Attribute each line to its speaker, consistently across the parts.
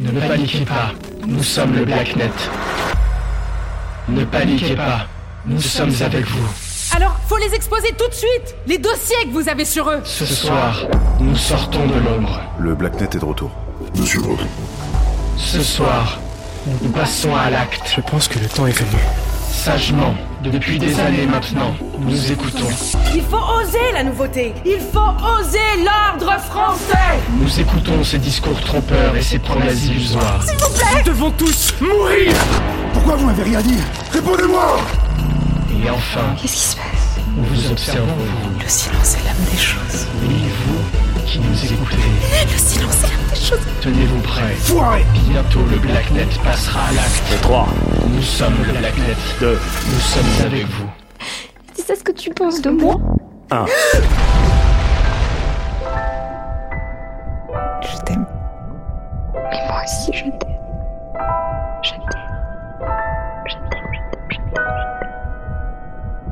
Speaker 1: Ne, ne paniquez pas, nous sommes le Blacknet. Ne paniquez pas, nous sommes avec vous.
Speaker 2: Alors, faut les exposer tout de suite Les dossiers que vous avez sur eux
Speaker 1: Ce soir, nous sortons de l'ombre.
Speaker 3: Le Blacknet est de retour.
Speaker 4: Monsieur Rogue.
Speaker 1: Ce soir, nous passons à l'acte.
Speaker 5: Je pense que le temps est venu.
Speaker 1: Sagement, depuis des années maintenant, nous écoutons.
Speaker 2: Il faut oser la nouveauté Il faut oser l'ordre français
Speaker 1: Nous écoutons ces discours trompeurs et ces promesses illusoires.
Speaker 2: S'il vous plaît
Speaker 1: Nous devons tous mourir
Speaker 4: Pourquoi vous m'avez rien dit Répondez-moi
Speaker 1: Et enfin...
Speaker 6: Qu'est-ce qui se passe
Speaker 1: Nous vous observons, vous.
Speaker 6: Le silence est l'âme des choses.
Speaker 1: Et vous, qui nous écoutez...
Speaker 6: Le silence est l'âme des choses.
Speaker 1: Tenez-vous prêts.
Speaker 4: Foiré
Speaker 1: Bientôt le Blacknet passera à l'acte.
Speaker 3: 3,
Speaker 1: Nous sommes le Blacknet.
Speaker 3: 2,
Speaker 1: Nous sommes avec vous.
Speaker 6: C'est ça ce que tu penses de moi
Speaker 3: 1.
Speaker 6: Je t'aime. Mais moi aussi, je t'aime. Je t'aime. Je t'aime, je t'aime, je t'aime, je t'aime.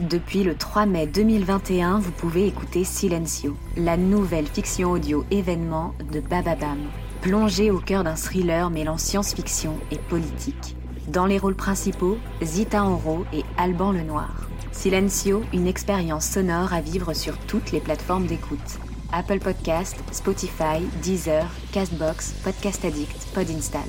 Speaker 7: Depuis le 3 mai 2021, vous pouvez écouter Silencio, la nouvelle fiction audio événement de Bababam, plongée au cœur d'un thriller mêlant science-fiction et politique. Dans les rôles principaux, Zita Enro et Alban Lenoir. Silencio, une expérience sonore à vivre sur toutes les plateformes d'écoute. Apple Podcast, Spotify, Deezer, Castbox, Podcast Addict, Podinstall.